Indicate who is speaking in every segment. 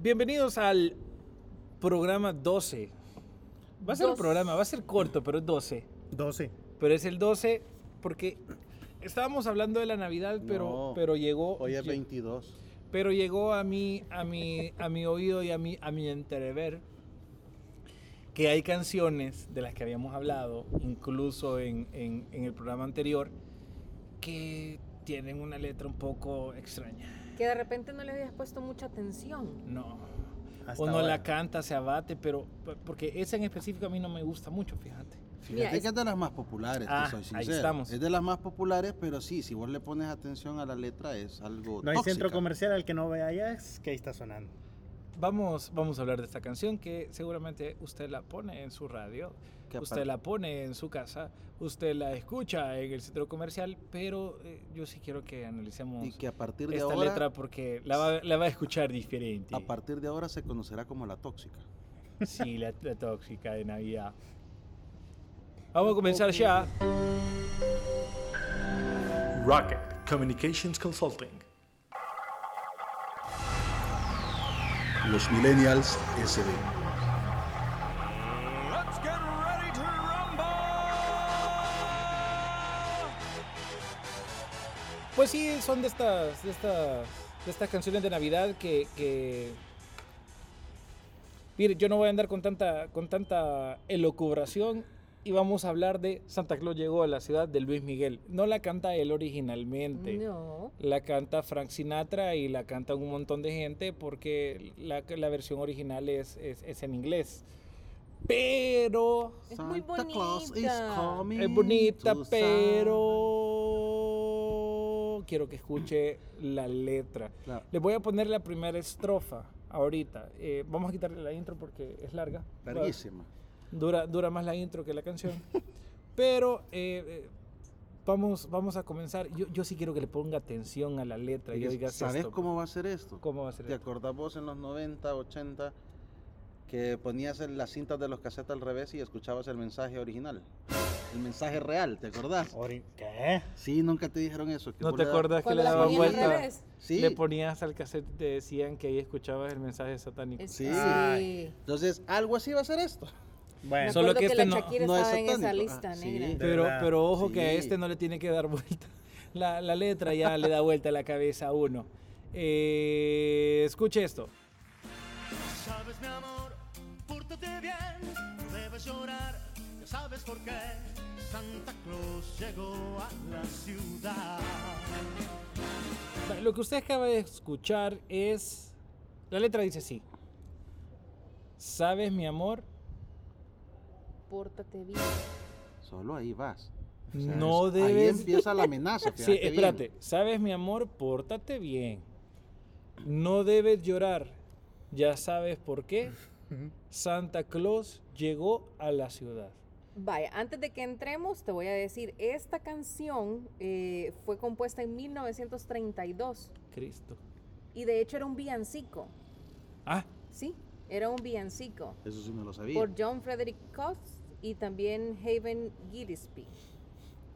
Speaker 1: Bienvenidos al programa 12. Va a ser un
Speaker 2: Dos.
Speaker 1: programa, va a ser corto, pero es 12.
Speaker 3: 12.
Speaker 1: Pero es el 12 porque estábamos hablando de la Navidad, pero,
Speaker 3: No.
Speaker 1: pero llegó.
Speaker 3: Hoy es
Speaker 1: lle-
Speaker 3: 22.
Speaker 1: Pero llegó a mi, a mi, a mi oído y a mi, a mi entrever que hay canciones de las que habíamos hablado, incluso en, en- en el programa anterior, que tienen una letra un poco extraña.
Speaker 2: Que de repente no le habías puesto mucha atención.
Speaker 1: No.
Speaker 3: Hasta
Speaker 1: o no
Speaker 3: ahora.
Speaker 1: la canta, se abate, pero porque esa en específico a mí no me gusta mucho, fíjate.
Speaker 2: Mira,
Speaker 3: Fíjate
Speaker 2: es-
Speaker 3: que es de las más populares,
Speaker 1: Ah,
Speaker 3: te soy
Speaker 1: ahí
Speaker 3: sincero.
Speaker 1: estamos.
Speaker 3: Es de las más populares, pero sí, si vos le pones atención a la letra es algo
Speaker 4: No hay
Speaker 3: tóxica.
Speaker 4: centro comercial al que no vayas, que ahí está sonando.
Speaker 1: Vamos, vamos a hablar de esta canción que seguramente usted la pone en su radio,
Speaker 3: Que
Speaker 1: usted
Speaker 3: apar-
Speaker 1: la pone en su casa, usted la escucha en el centro comercial, pero eh, yo sí quiero que analicemos
Speaker 3: Y que a partir de
Speaker 1: esta
Speaker 3: ahora
Speaker 1: letra porque la va, la va a escuchar diferente.
Speaker 3: a partir de ahora se conocerá como la tóxica.
Speaker 1: Sí, la, la tóxica de Navidad. Vamos a comenzar ya.
Speaker 5: Rocket Communications Consulting.
Speaker 6: Los Millennials SD.
Speaker 1: Pues sí, son de estas, de estas, de estas canciones de Navidad que, que- Mire, yo no voy a andar con tanta, con tanta elocubración y vamos a hablar de Santa Claus llegó a la ciudad de Luis Miguel. No la canta él originalmente.
Speaker 2: No.
Speaker 1: La canta Frank Sinatra y la canta un montón de gente porque la, la versión original es, es- es en inglés. Pero
Speaker 2: Es muy
Speaker 3: Claus is
Speaker 2: bonita.
Speaker 3: coming
Speaker 1: es bonita,
Speaker 3: to
Speaker 1: pero quiero que escuche la letra.
Speaker 3: San- Claro,
Speaker 1: Les voy a poner la primera estrofa ahorita. Eh, vamos a quitarle la intro porque es larga.
Speaker 3: larguísima.
Speaker 1: Dura, dura más la intro que la canción. Pero eh, eh, vamos, vamos a comenzar. Yo, yo sí quiero que le ponga atención a la letra y
Speaker 3: Es-
Speaker 1: oigas
Speaker 3: ¿Sabes
Speaker 1: esto.
Speaker 3: cómo va a ser esto?
Speaker 1: ¿Cómo va a ser
Speaker 3: ¿Te
Speaker 1: esto?
Speaker 3: acordás vos en los 90, 80 que ponías en las cintas de los cassettes al revés y escuchabas el mensaje original? El mensaje real, ¿te acordás?
Speaker 4: Ori- ¿Qué?
Speaker 3: Sí, nunca te dijeron eso. que
Speaker 1: ¿No
Speaker 3: vos
Speaker 1: te
Speaker 3: le da-
Speaker 1: acordás que le
Speaker 2: Cuando la
Speaker 1: daban
Speaker 2: ponían al
Speaker 1: vuelta?
Speaker 2: revés.
Speaker 3: Sí.
Speaker 1: Le ponías al cassette y te decían que ahí escuchabas el mensaje satánico.
Speaker 2: Es-
Speaker 3: Sí.
Speaker 2: Ay.
Speaker 3: Entonces, algo así va a ser esto.
Speaker 2: Me
Speaker 4: Bueno,
Speaker 1: Solo
Speaker 2: acuerdo
Speaker 1: que
Speaker 2: que,
Speaker 1: este
Speaker 2: la
Speaker 1: no-
Speaker 2: Shakira
Speaker 3: no es
Speaker 2: estaba en esa
Speaker 3: satánico.
Speaker 2: lista
Speaker 3: Ah, sí.
Speaker 2: negra.
Speaker 1: Pero,
Speaker 4: verdad.
Speaker 1: pero ojo que a
Speaker 3: Sí.
Speaker 1: este no le tiene que dar vuelta. La, la letra ya le da vuelta la cabeza a uno. Eh, escuche esto.
Speaker 7: Sabes mi amor, pórtate bien, no debes llorar, ya sabes por qué. Santa Claus llegó a la ciudad.
Speaker 1: Lo que usted acaba de escuchar es... La letra dice así. ¿Sabes, mi amor?
Speaker 2: Pórtate bien.
Speaker 3: Solo ahí vas. O sea,
Speaker 1: No
Speaker 3: es-
Speaker 1: debes...
Speaker 3: Ahí empieza la amenaza.
Speaker 1: Sí,
Speaker 3: fíjate
Speaker 1: espérate.
Speaker 3: bien.
Speaker 1: ¿Sabes, mi amor? Pórtate bien. No debes llorar. Ya sabes por qué. Santa Claus llegó a la ciudad.
Speaker 2: Vaya, antes de que entremos, te voy a decir, esta canción eh, fue compuesta en 1932
Speaker 1: Cristo.
Speaker 2: y de hecho era un villancico,
Speaker 1: Ah,
Speaker 2: ¿sí? Era un villancico
Speaker 3: Eso sí me lo sabía.
Speaker 2: por John Frederick Cox y también Haven Gillespie.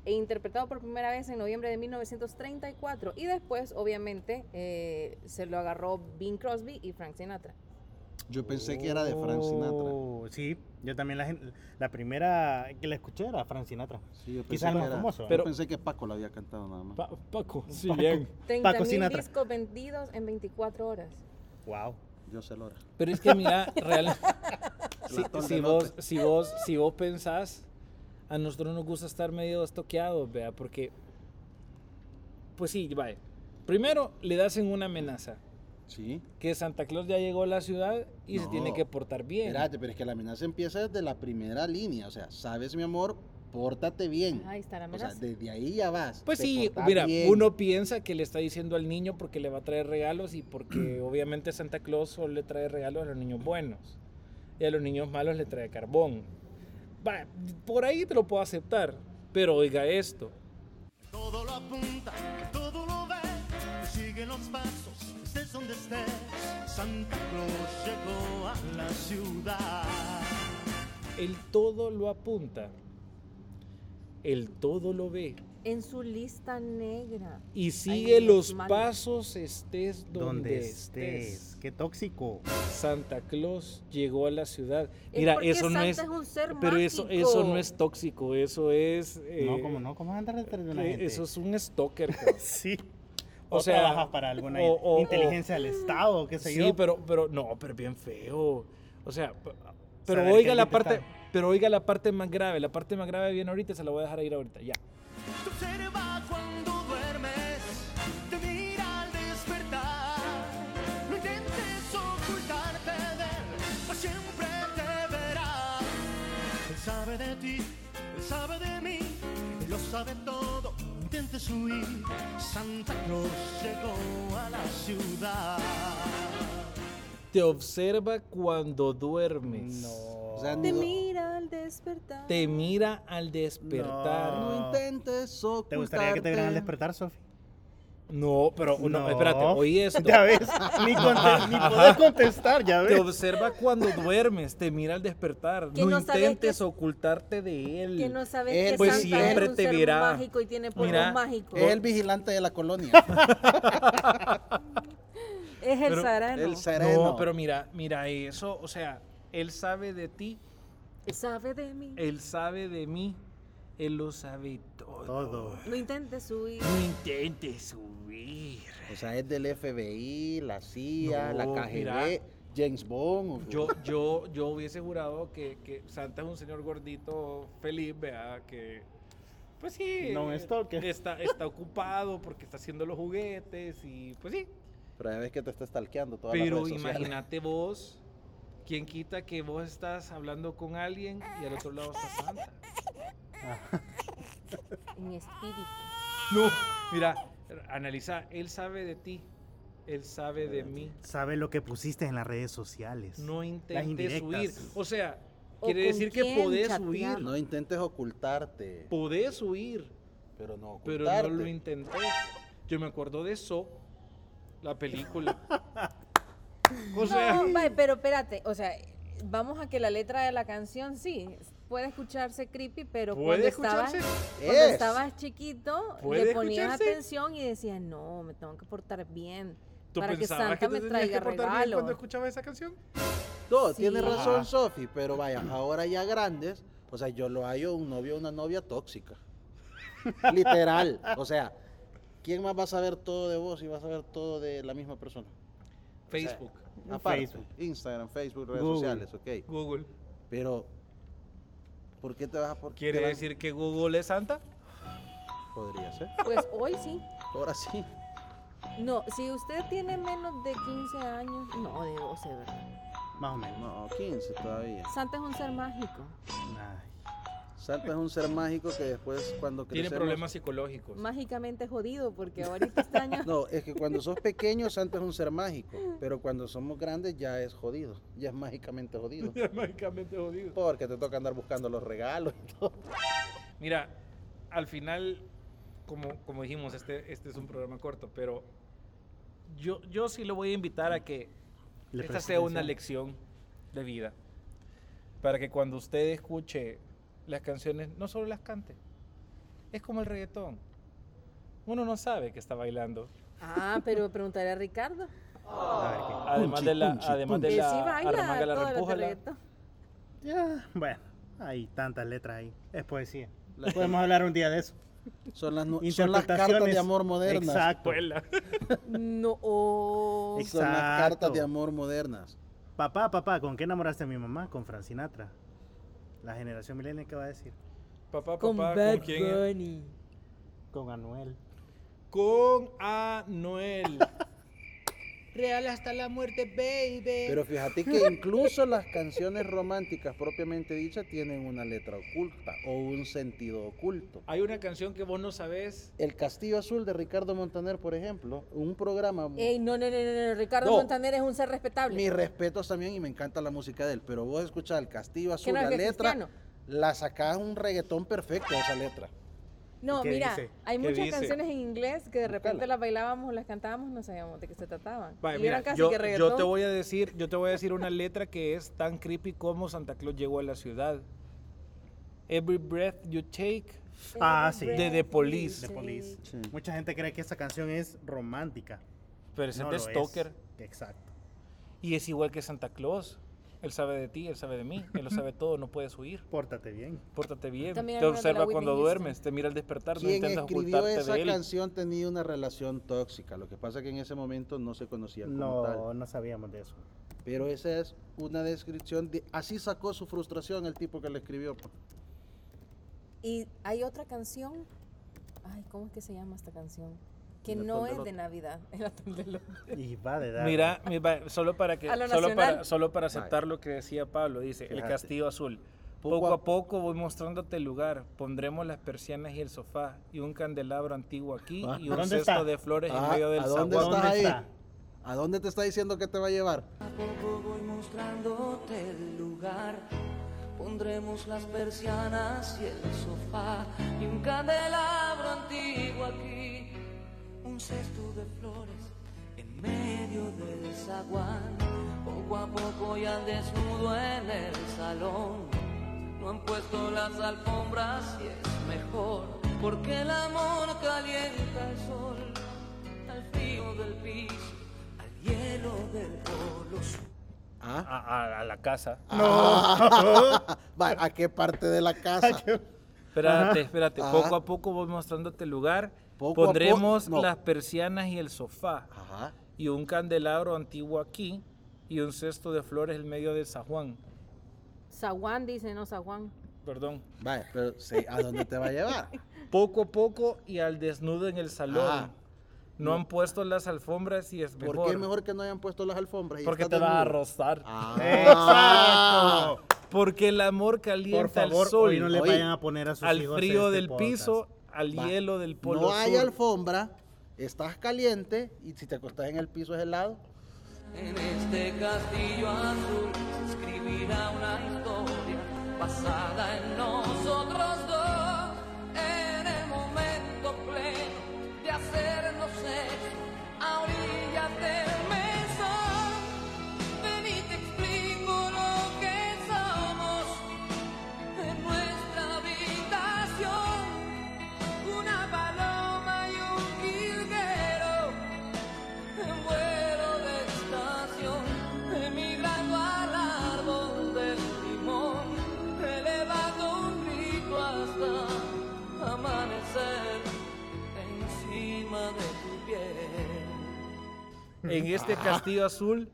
Speaker 2: E interpretado por primera vez en noviembre de 1934 y después, obviamente, eh, se lo agarró Bing Crosby y Frank Sinatra.
Speaker 3: Yo pensé que era de Frank Sinatra.
Speaker 4: oh, sí, yo también la, gen- la primera que la escuché era Frank Sinatra.
Speaker 3: Sí, yo pensé
Speaker 4: Quizás el
Speaker 3: que
Speaker 4: más
Speaker 3: era-
Speaker 4: famoso.
Speaker 1: Pero-
Speaker 3: Yo pensé que Paco lo había cantado nada más.
Speaker 1: Pa- Paco, sí, bien.
Speaker 2: 30 mil
Speaker 4: Sinatra.
Speaker 2: discos vendidos en 24 horas.
Speaker 4: wow.
Speaker 3: Yo sé la hora.
Speaker 1: Pero es que mira, real, si,
Speaker 3: Platón
Speaker 1: si
Speaker 3: de
Speaker 1: vos,
Speaker 3: Lope.
Speaker 1: si, vos, si vos pensás, a nosotros nos gusta estar medio estoqueados, vea, porque, pues sí, vaya. Primero le das en una amenaza,
Speaker 3: Sí.
Speaker 1: que Santa Claus ya llegó a la ciudad y se
Speaker 3: No.
Speaker 1: tiene que portar bien.
Speaker 3: Espérate, pero es que la amenaza empieza desde la primera línea. O sea, sabes, mi amor, pórtate bien.
Speaker 2: Ahí está la
Speaker 3: o sea,
Speaker 2: amenaza.
Speaker 3: desde ahí ya vas.
Speaker 1: Pues
Speaker 3: Te
Speaker 1: sí,
Speaker 3: portás
Speaker 1: mira,
Speaker 3: bien.
Speaker 1: uno piensa que le está diciendo al niño porque le va a traer regalos y porque obviamente Santa Claus solo le trae regalos a los niños buenos y a los niños malos le trae carbón. Va, por ahí te lo puedo aceptar, pero oiga esto.
Speaker 7: Todo lo apunta, todo lo ve, que sigue los pasos, estés donde estés. Santa Claus llegó a la ciudad.
Speaker 1: El todo lo apunta, el todo lo ve,
Speaker 2: en su lista negra.
Speaker 1: Y
Speaker 2: Ahí
Speaker 1: sigue
Speaker 2: en
Speaker 1: los
Speaker 2: malos.
Speaker 1: pasos, estés donde,
Speaker 4: Donde
Speaker 1: estés.
Speaker 4: estés. Qué tóxico.
Speaker 1: Santa Claus llegó a la ciudad.
Speaker 2: Es
Speaker 1: Mira,
Speaker 2: porque
Speaker 1: eso no
Speaker 2: Santa
Speaker 1: es.
Speaker 2: un ser
Speaker 1: Pero eso, eso no es
Speaker 2: mágico.
Speaker 1: tóxico, eso es.
Speaker 4: no,
Speaker 1: eh,
Speaker 4: como no, ¿cómo vas a andar detrás de una
Speaker 1: eh,
Speaker 4: gente?
Speaker 1: Eso es un stalker. cabrón.
Speaker 4: Sí.
Speaker 1: O
Speaker 4: O,
Speaker 1: sea,
Speaker 4: trabajas para alguna
Speaker 1: o- o-
Speaker 4: inteligencia del Estado, qué sé
Speaker 1: sí,
Speaker 4: yo.
Speaker 1: pero, pero no, pero bien feo. O sea, p- pero
Speaker 4: Saber
Speaker 1: oiga
Speaker 4: que
Speaker 1: la
Speaker 4: alguien te
Speaker 1: parte,
Speaker 4: está-
Speaker 1: pero oiga la parte más grave. La parte más grave viene ahorita, se la voy a dejar ir ahorita. Ya.
Speaker 7: Te observa cuando duermes, te mira al despertar. No intentes ocultarte de él, o siempre te verá. Él sabe de ti, él sabe de mí, él lo sabe todo. no Intentes huir, Santa Claus llegó a la ciudad.
Speaker 1: Te observa cuando duermes.
Speaker 4: No.
Speaker 3: O sea,
Speaker 2: Te
Speaker 3: no-
Speaker 2: mira al despertar.
Speaker 1: Te mira al despertar.
Speaker 4: No.
Speaker 3: No intentes ocultarte.
Speaker 4: ¿Te gustaría que te vieran al despertar, Sofi?
Speaker 1: No, pero Oh, no, espérate, oí esto.
Speaker 4: Ya ves, ni, conte- ni poder contestar, ya
Speaker 1: Te
Speaker 4: ves.
Speaker 1: observa cuando duermes, te mira al despertar.
Speaker 2: Que
Speaker 1: No,
Speaker 2: no sabes
Speaker 1: intentes
Speaker 2: que-
Speaker 1: ocultarte de él.
Speaker 2: que no sabes
Speaker 3: Él,
Speaker 2: que
Speaker 3: pues,
Speaker 2: Santa
Speaker 1: siempre
Speaker 2: es un
Speaker 1: te
Speaker 2: ser
Speaker 1: verá.
Speaker 2: mágico y tiene polvo
Speaker 1: Mira,
Speaker 2: mágico.
Speaker 3: Es el vigilante de la colonia.
Speaker 2: es el
Speaker 1: pero-
Speaker 2: sarano.
Speaker 3: el sereno.
Speaker 1: No, pero mira, mira eso, o sea, él sabe de ti,
Speaker 2: Sabe de mí.
Speaker 1: él sabe de mí, él lo sabe todo.
Speaker 4: Todo.
Speaker 2: No intentes huir.
Speaker 1: No intentes huir.
Speaker 3: O sea, es del FBI, la CIA, la
Speaker 1: No,
Speaker 3: KGB,
Speaker 1: mira.
Speaker 3: James Bond.
Speaker 1: Yo, yo, yo hubiese jurado que, que Santa es un señor gordito feliz, vea, que pues sí,
Speaker 4: No, un stalker.
Speaker 1: está, está ocupado porque está haciendo los juguetes y pues sí,
Speaker 3: Pero ya ves que te está stalkeando toda
Speaker 1: Pero
Speaker 3: la
Speaker 1: imagínate vos, quien quita que vos estás hablando con alguien y al otro lado está Santa.
Speaker 2: En espíritu.
Speaker 1: No, mira, analiza, él sabe de ti, él sabe de mí.
Speaker 4: Sabe lo que pusiste en las redes sociales.
Speaker 1: No intentes
Speaker 4: indirectas.
Speaker 1: huir. O sea,
Speaker 2: ¿O
Speaker 1: quiere
Speaker 2: con
Speaker 1: decir que
Speaker 2: quién
Speaker 1: podés
Speaker 2: chatear?
Speaker 1: huir.
Speaker 3: No intentes ocultarte,
Speaker 1: Podés huir,
Speaker 3: pero no
Speaker 1: pero
Speaker 3: ocultarte.
Speaker 1: no lo intenté. Yo me acuerdo de eso, la película. O sea,
Speaker 2: No, vale, pero espérate, o sea, vamos a que la letra de la canción sí puede escucharse creepy, pero cuando
Speaker 1: puede
Speaker 2: estabas,
Speaker 1: escucharse.
Speaker 2: cuando
Speaker 3: Es.
Speaker 2: estabas chiquito
Speaker 1: ¿Puede
Speaker 2: le ponías
Speaker 1: escucharse?
Speaker 2: atención y decías, "No, me tengo que portar bien
Speaker 1: ¿Tú
Speaker 2: para que
Speaker 1: pensabas
Speaker 2: Santa
Speaker 1: que te
Speaker 2: me
Speaker 1: tenías que
Speaker 2: traiga
Speaker 1: portar bien cuando
Speaker 2: regalo."
Speaker 1: escuchabas esa canción?
Speaker 3: No,
Speaker 2: Sí.
Speaker 3: tiene razón
Speaker 4: Ajá.
Speaker 3: Sofi, pero vaya, ahora ya grandes, o sea, yo lo hallo un novio o una novia tóxica. Literal, o sea, ¿quién más va a saber todo de vos y va a saber todo de la misma persona?
Speaker 1: Facebook,
Speaker 3: Aparte,
Speaker 4: Facebook.
Speaker 3: Instagram, Facebook, redes
Speaker 4: Google.
Speaker 3: sociales, ok.
Speaker 1: Google.
Speaker 3: Pero, ¿por qué te vas a por
Speaker 1: ¿Quiere
Speaker 3: te vas-
Speaker 1: decir que Google es santa?
Speaker 3: Podría ser.
Speaker 2: Pues hoy sí.
Speaker 3: Ahora sí.
Speaker 2: No, si usted tiene menos de 15 años, no, de 12, ¿verdad?
Speaker 4: Más o menos.
Speaker 3: No, 15 todavía.
Speaker 2: Santa es un ser mágico,
Speaker 4: Ay.
Speaker 3: Santa es un ser mágico que después cuando
Speaker 1: Tiene
Speaker 3: crecemos...
Speaker 1: problemas psicológicos.
Speaker 2: mágicamente jodido porque este ahorita extraña
Speaker 3: No, es que cuando sos pequeño Santa es un ser mágico, pero cuando somos grandes ya es jodido, ya es mágicamente jodido.
Speaker 1: Mágicamente jodido.
Speaker 3: Porque te toca andar buscando los regalos y todo.
Speaker 1: Mira, al final, como, como dijimos, este, este es un programa corto, pero yo, yo sí lo voy a invitar a que
Speaker 4: Le
Speaker 1: esta
Speaker 4: preste
Speaker 1: sea una
Speaker 4: atención.
Speaker 1: lección de vida. Para que cuando usted escuche las canciones, no solo las cante. Es como el reggaetón. Uno no sabe que está bailando.
Speaker 2: Ah, pero preguntaré a Ricardo.
Speaker 4: A ver qué-
Speaker 1: Además de la, además de
Speaker 2: Él
Speaker 1: la
Speaker 2: sí baila
Speaker 1: armanga la
Speaker 2: todas las de
Speaker 1: repújala.
Speaker 2: reggaetón.
Speaker 4: Ya, bueno, hay tantas letras ahí. Es poesía.
Speaker 3: La-
Speaker 4: Podemos hablar un día de eso.
Speaker 3: Son las, nu- son las
Speaker 4: Interpretaciones.
Speaker 3: cartas de amor modernas. Pues
Speaker 4: Exacto.
Speaker 1: Vuela.
Speaker 2: No.
Speaker 3: Son las cartas de
Speaker 4: Exacto.
Speaker 3: amor modernas.
Speaker 4: Papá, papá, ¿con qué enamoraste a mi mamá? Con Francinatra. La generación milenial, ¿qué va a decir?
Speaker 1: Papá, papá,
Speaker 2: con
Speaker 1: ¿con
Speaker 2: Bad
Speaker 1: quién es?
Speaker 2: Bunny.
Speaker 4: Con Anuel.
Speaker 1: con Anuel. Real hasta la muerte, baby.
Speaker 3: Pero fíjate que incluso las canciones románticas propiamente dichas tienen una letra oculta o un sentido oculto.
Speaker 1: hay una canción que vos no sabés.
Speaker 3: El Castillo Azul de Ricardo Montaner, por ejemplo, un programa... mu-
Speaker 2: Ey, no, no, no, no, no, Ricardo
Speaker 3: No.
Speaker 2: Montaner es un ser respetable.
Speaker 3: Mis respetos también y me encanta la música de él, pero vos escuchás el Castillo Azul,
Speaker 2: no es
Speaker 3: la
Speaker 2: que es
Speaker 3: letra,
Speaker 2: cristiano?
Speaker 3: la sacás un reggaetón perfecto esa letra.
Speaker 2: no,
Speaker 4: ¿Y qué
Speaker 2: mira,
Speaker 4: dice?
Speaker 2: hay
Speaker 1: ¿Qué
Speaker 2: muchas
Speaker 1: dice?
Speaker 2: canciones en inglés que de repente
Speaker 3: Búscala.
Speaker 2: las bailábamos, las cantábamos, no sabíamos de qué se trataban.
Speaker 1: Vaya,
Speaker 2: y
Speaker 1: mira,
Speaker 2: eran casi
Speaker 1: yo,
Speaker 2: que
Speaker 1: yo
Speaker 2: reggaetón.
Speaker 1: te voy a decir, yo te voy a decir una letra que es tan creepy como Santa Claus llegó a la ciudad. Every breath you take,
Speaker 4: Ah, sí.
Speaker 1: De The Police.
Speaker 4: The Police.
Speaker 3: Sí.
Speaker 4: Mucha gente cree que esta canción es romántica.
Speaker 1: Pero ese
Speaker 4: No
Speaker 1: es
Speaker 4: lo
Speaker 1: de
Speaker 4: es.
Speaker 1: Stoker.
Speaker 4: Exacto.
Speaker 1: Y es igual que Santa Claus. Él sabe de ti, él sabe de mí, él lo sabe todo, no puedes huir.
Speaker 4: Pórtate bien.
Speaker 1: Pórtate bien,
Speaker 2: También
Speaker 1: te
Speaker 2: hay una de la
Speaker 1: observa
Speaker 2: Whitney
Speaker 1: cuando
Speaker 2: Houston.
Speaker 1: duermes, te mira al despertar, no
Speaker 3: Quien
Speaker 1: intentas
Speaker 3: escribió
Speaker 1: ocultarte
Speaker 3: esa
Speaker 1: de él.
Speaker 3: canción tenía una relación tóxica. Lo que pasa es que en ese momento no se conocía como
Speaker 4: No,
Speaker 3: tal.
Speaker 4: no sabíamos de eso.
Speaker 3: Pero esa es una descripción. De, así sacó su frustración el tipo que la escribió. pues. po.
Speaker 2: Y hay otra canción. Ay, ¿cómo es que se llama esta canción? Que
Speaker 3: El atol
Speaker 2: no
Speaker 3: de
Speaker 2: es
Speaker 3: lote.
Speaker 2: de Navidad. El atol de lote.
Speaker 4: Y va de dar.
Speaker 1: Mira, mi va- solo para que
Speaker 2: A lo
Speaker 1: solo para,
Speaker 2: nacional.
Speaker 1: solo para aceptar lo que decía Pablo, dice, el
Speaker 3: Fíjate.
Speaker 1: castillo azul.
Speaker 3: Poco
Speaker 1: Poco
Speaker 3: a-
Speaker 1: a poco voy mostrándote el lugar. Pondremos las persianas y el sofá y un candelabro antiguo aquí y un
Speaker 4: ¿Dónde
Speaker 1: cesto
Speaker 4: está?
Speaker 1: de flores en
Speaker 3: Ah,
Speaker 1: medio del
Speaker 3: ¿A dónde
Speaker 1: zaguán.
Speaker 3: estás ahí?
Speaker 4: está?
Speaker 3: ¿A dónde te está diciendo que te va a llevar?
Speaker 8: poco voy mostrándote el lugar. Pondremos las persianas y el sofá y un candelabro antiguo aquí. Un cesto de flores en medio del zaguán. Poco a poco y al desnudo en el salón. No han puesto las alfombras y es mejor porque el amor calienta el sol. Al frío del piso, al hielo del colosio.
Speaker 3: ¿Ah?
Speaker 1: A, a- a la casa.
Speaker 3: Va, ¿A qué parte de la casa?
Speaker 1: Espérate, espérate.
Speaker 3: Ajá. Ah.
Speaker 1: Poco a poco voy mostrándote el lugar.
Speaker 3: Poco a po-
Speaker 1: Pondremos
Speaker 3: no.
Speaker 1: las persianas y el sofá
Speaker 3: Ajá.
Speaker 1: y un candelabro antiguo aquí y un cesto de flores en medio del zaguán.
Speaker 2: Zaguán dice, no Zaguán.
Speaker 1: Perdón.
Speaker 3: Vaya, pero sí, ¿a dónde te va a llevar?
Speaker 1: poco a poco y al desnudo en el salón.
Speaker 3: Ajá.
Speaker 1: No han puesto las alfombras y es
Speaker 3: ¿Por
Speaker 1: mejor.
Speaker 3: qué es mejor que no hayan puesto las alfombras? y
Speaker 1: Porque te
Speaker 3: estás
Speaker 1: van a
Speaker 3: desnudo?
Speaker 1: rozar.
Speaker 3: Ah.
Speaker 4: ¡Exacto!
Speaker 1: Porque el amor calienta
Speaker 4: Por favor,
Speaker 1: el sol
Speaker 4: hoy no le
Speaker 3: Oye,
Speaker 4: vayan a poner a sus
Speaker 1: al
Speaker 4: hijos
Speaker 1: frío
Speaker 4: este
Speaker 1: del
Speaker 4: podcast.
Speaker 1: piso, al
Speaker 3: Va.
Speaker 1: hielo del polo
Speaker 3: No hay
Speaker 1: sur.
Speaker 3: alfombra, estás caliente y si te acostás en el piso es helado.
Speaker 8: En este castillo azul se escribirá una historia basada en nosotros dos. En el momento pleno de hacernos sexo a orillas del mesón. Ven y te explico lo que somos en nuestra habitación. Una paloma y un jilguero en vuelo de estación, emigrando al árbol del limón, elevando un grito hasta amanecer encima de tu piel.
Speaker 1: En este castillo azul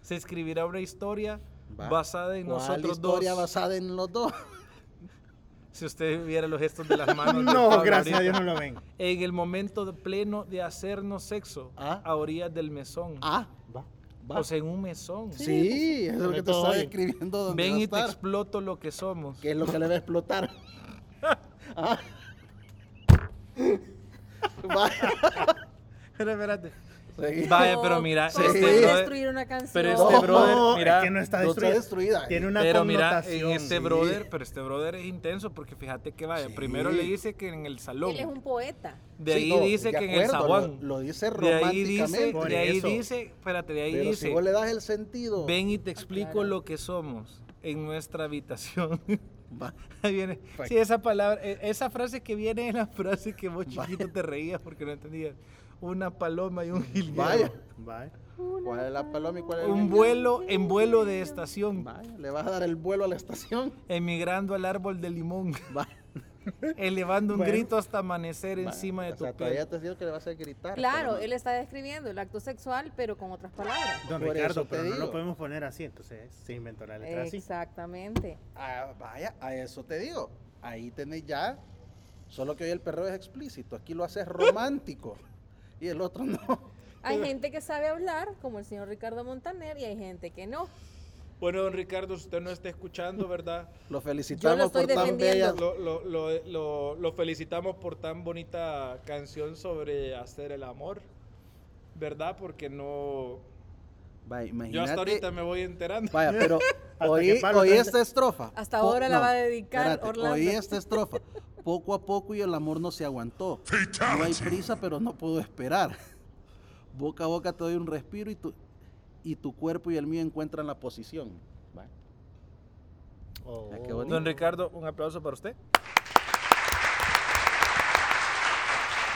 Speaker 1: se escribirá una historia
Speaker 3: Va.
Speaker 1: basada en
Speaker 3: ¿Cuál
Speaker 1: nosotros
Speaker 3: historia
Speaker 1: dos.
Speaker 3: basada en los dos.
Speaker 1: Si usted viera los gestos de las manos. de
Speaker 4: No,
Speaker 1: Pablo
Speaker 4: gracias a Dios
Speaker 1: ahorita.
Speaker 4: no lo ven.
Speaker 1: En el momento de- pleno de hacernos sexo
Speaker 3: Ah.
Speaker 1: a orillas del mesón.
Speaker 3: Ah, va.
Speaker 1: O sea, en un mesón.
Speaker 3: sí, eso es lo que te
Speaker 4: todo
Speaker 3: estaba
Speaker 4: bien.
Speaker 3: describiendo donde
Speaker 1: Ven
Speaker 3: va a
Speaker 1: y te
Speaker 3: estar,
Speaker 1: exploto lo que somos.
Speaker 3: que es lo que le va a explotar. Ah. Va.
Speaker 1: Espera, espérate.
Speaker 3: Seguí.
Speaker 1: Vaya, pero mira,
Speaker 2: ¿cómo
Speaker 1: este
Speaker 2: pueden
Speaker 1: brother-
Speaker 2: destruir una canción.
Speaker 1: pero
Speaker 3: No,
Speaker 1: este brother,
Speaker 4: no,
Speaker 1: mira,
Speaker 4: es que no está
Speaker 3: no está
Speaker 4: destruida.
Speaker 3: destruida.
Speaker 4: Tiene una
Speaker 1: pero mira,
Speaker 4: connotación.
Speaker 1: en este
Speaker 4: sí.
Speaker 1: brother, pero este brother es intenso porque fíjate que vaya, primero le
Speaker 3: Sí.
Speaker 1: dice que en el salón,
Speaker 2: Él es un poeta.
Speaker 1: de
Speaker 3: Sí,
Speaker 1: ahí
Speaker 3: no,
Speaker 1: dice
Speaker 3: de
Speaker 1: que en el
Speaker 3: acuerdo, lo-
Speaker 1: zaguán,
Speaker 3: lo dice
Speaker 1: de ahí dice,
Speaker 3: románticamente.
Speaker 1: de ahí
Speaker 4: Por eso.
Speaker 1: dice, espérate, de ahí
Speaker 3: Pero
Speaker 1: dice,
Speaker 3: si vos le das el sentido.
Speaker 1: ven y te explico
Speaker 2: Claro.
Speaker 1: lo que somos en nuestra habitación.
Speaker 3: Va.
Speaker 1: Ahí viene.
Speaker 3: Fuck.
Speaker 1: Sí, esa palabra, e- esa frase que viene es la frase que vos chiquito te reías porque no entendías. Una paloma y un
Speaker 3: Vaya.
Speaker 1: jilguero.
Speaker 4: Bye.
Speaker 3: ¿Cuál es la paloma y cuál es el
Speaker 1: Un
Speaker 3: jilguero?
Speaker 1: vuelo en vuelo de estación,
Speaker 3: Vaya, le vas a dar el vuelo a la estación.
Speaker 1: emigrando al árbol de limón,
Speaker 3: Va.
Speaker 1: elevando un
Speaker 4: Bueno.
Speaker 1: grito hasta amanecer encima de
Speaker 3: o sea,
Speaker 1: tu
Speaker 3: todavía
Speaker 1: piel.
Speaker 3: te digo que le vas a gritar.
Speaker 2: Claro,
Speaker 3: pero no.
Speaker 2: él está describiendo el acto sexual, pero con otras palabras.
Speaker 4: Don
Speaker 3: Por eso
Speaker 4: Ricardo,
Speaker 3: te
Speaker 4: pero no
Speaker 3: digo.
Speaker 4: lo podemos poner así, entonces se inventó la letra así.
Speaker 2: Exactamente.
Speaker 3: Ah, vaya, a eso te digo. Ahí tenés ya. Solo que hoy el perro es explícito. Aquí lo haces romántico. y el otro no.
Speaker 2: Hay gente que sabe hablar, como el señor Ricardo Montaner, y hay gente que no.
Speaker 1: Bueno, don Ricardo, si usted no está escuchando, ¿verdad?
Speaker 3: Lo felicitamos
Speaker 2: estoy
Speaker 3: por tan
Speaker 2: defendiendo.
Speaker 3: bella.
Speaker 1: Lo, lo- lo- lo- lo felicitamos por tan bonita canción sobre hacer el amor, ¿verdad? Porque no...
Speaker 3: Vaya,
Speaker 1: Yo hasta
Speaker 3: imagínate-
Speaker 1: ahorita me voy enterando.
Speaker 3: Vaya, pero
Speaker 4: que
Speaker 3: oí,
Speaker 4: Pablo
Speaker 3: oí
Speaker 4: te-
Speaker 3: esta estrofa.
Speaker 2: Hasta
Speaker 3: Po-
Speaker 2: ahora la va a dedicar Orlando.
Speaker 3: Oí esta estrofa. Poco a poco y el amor no se aguantó. No hay prisa, pero no puedo esperar. Boca a boca te doy un respiro y tu, y tu cuerpo y el mío encuentran la posición. Va.
Speaker 4: Oh.
Speaker 3: Ah, qué bonito.
Speaker 1: Don Ricardo, un aplauso para usted.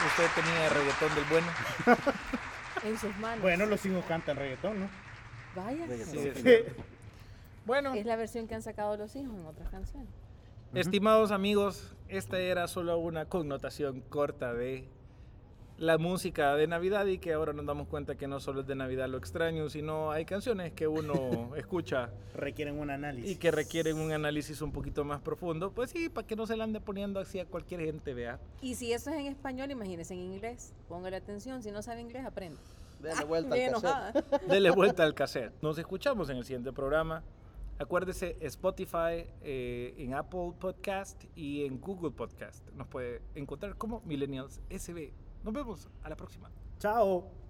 Speaker 1: Usted tenía reggaetón del bueno.
Speaker 2: en sus manos.
Speaker 4: Bueno, los cinco cantan reggaetón, ¿no?
Speaker 2: Vaya.
Speaker 3: Reggaetón.
Speaker 1: Sí, sí. Bueno,
Speaker 2: Es la versión que han sacado los hijos en otras canciones.
Speaker 1: estimados amigos, esta era solo una connotación corta de la música de Navidad y que ahora nos damos cuenta que no solo es de Navidad lo extraño, sino hay canciones que uno escucha
Speaker 4: Requieren un análisis.
Speaker 1: y que requieren un análisis un poquito más profundo. Pues sí, para que no se la ande poniendo así a cualquier gente, vea.
Speaker 2: Y si eso es en español, imagínense en inglés. Póngale atención, si no sabe inglés, aprenda.
Speaker 3: Dale vuelta
Speaker 2: Bien
Speaker 3: al cassette.
Speaker 2: enojada.
Speaker 1: Dele vuelta al cassette. Nos escuchamos en el siguiente programa. Acuérdese, Spotify, eh, en Apple Podcast y en Google Podcast. Nos puede encontrar como Millennials SB. Nos vemos a la próxima.
Speaker 4: Chao.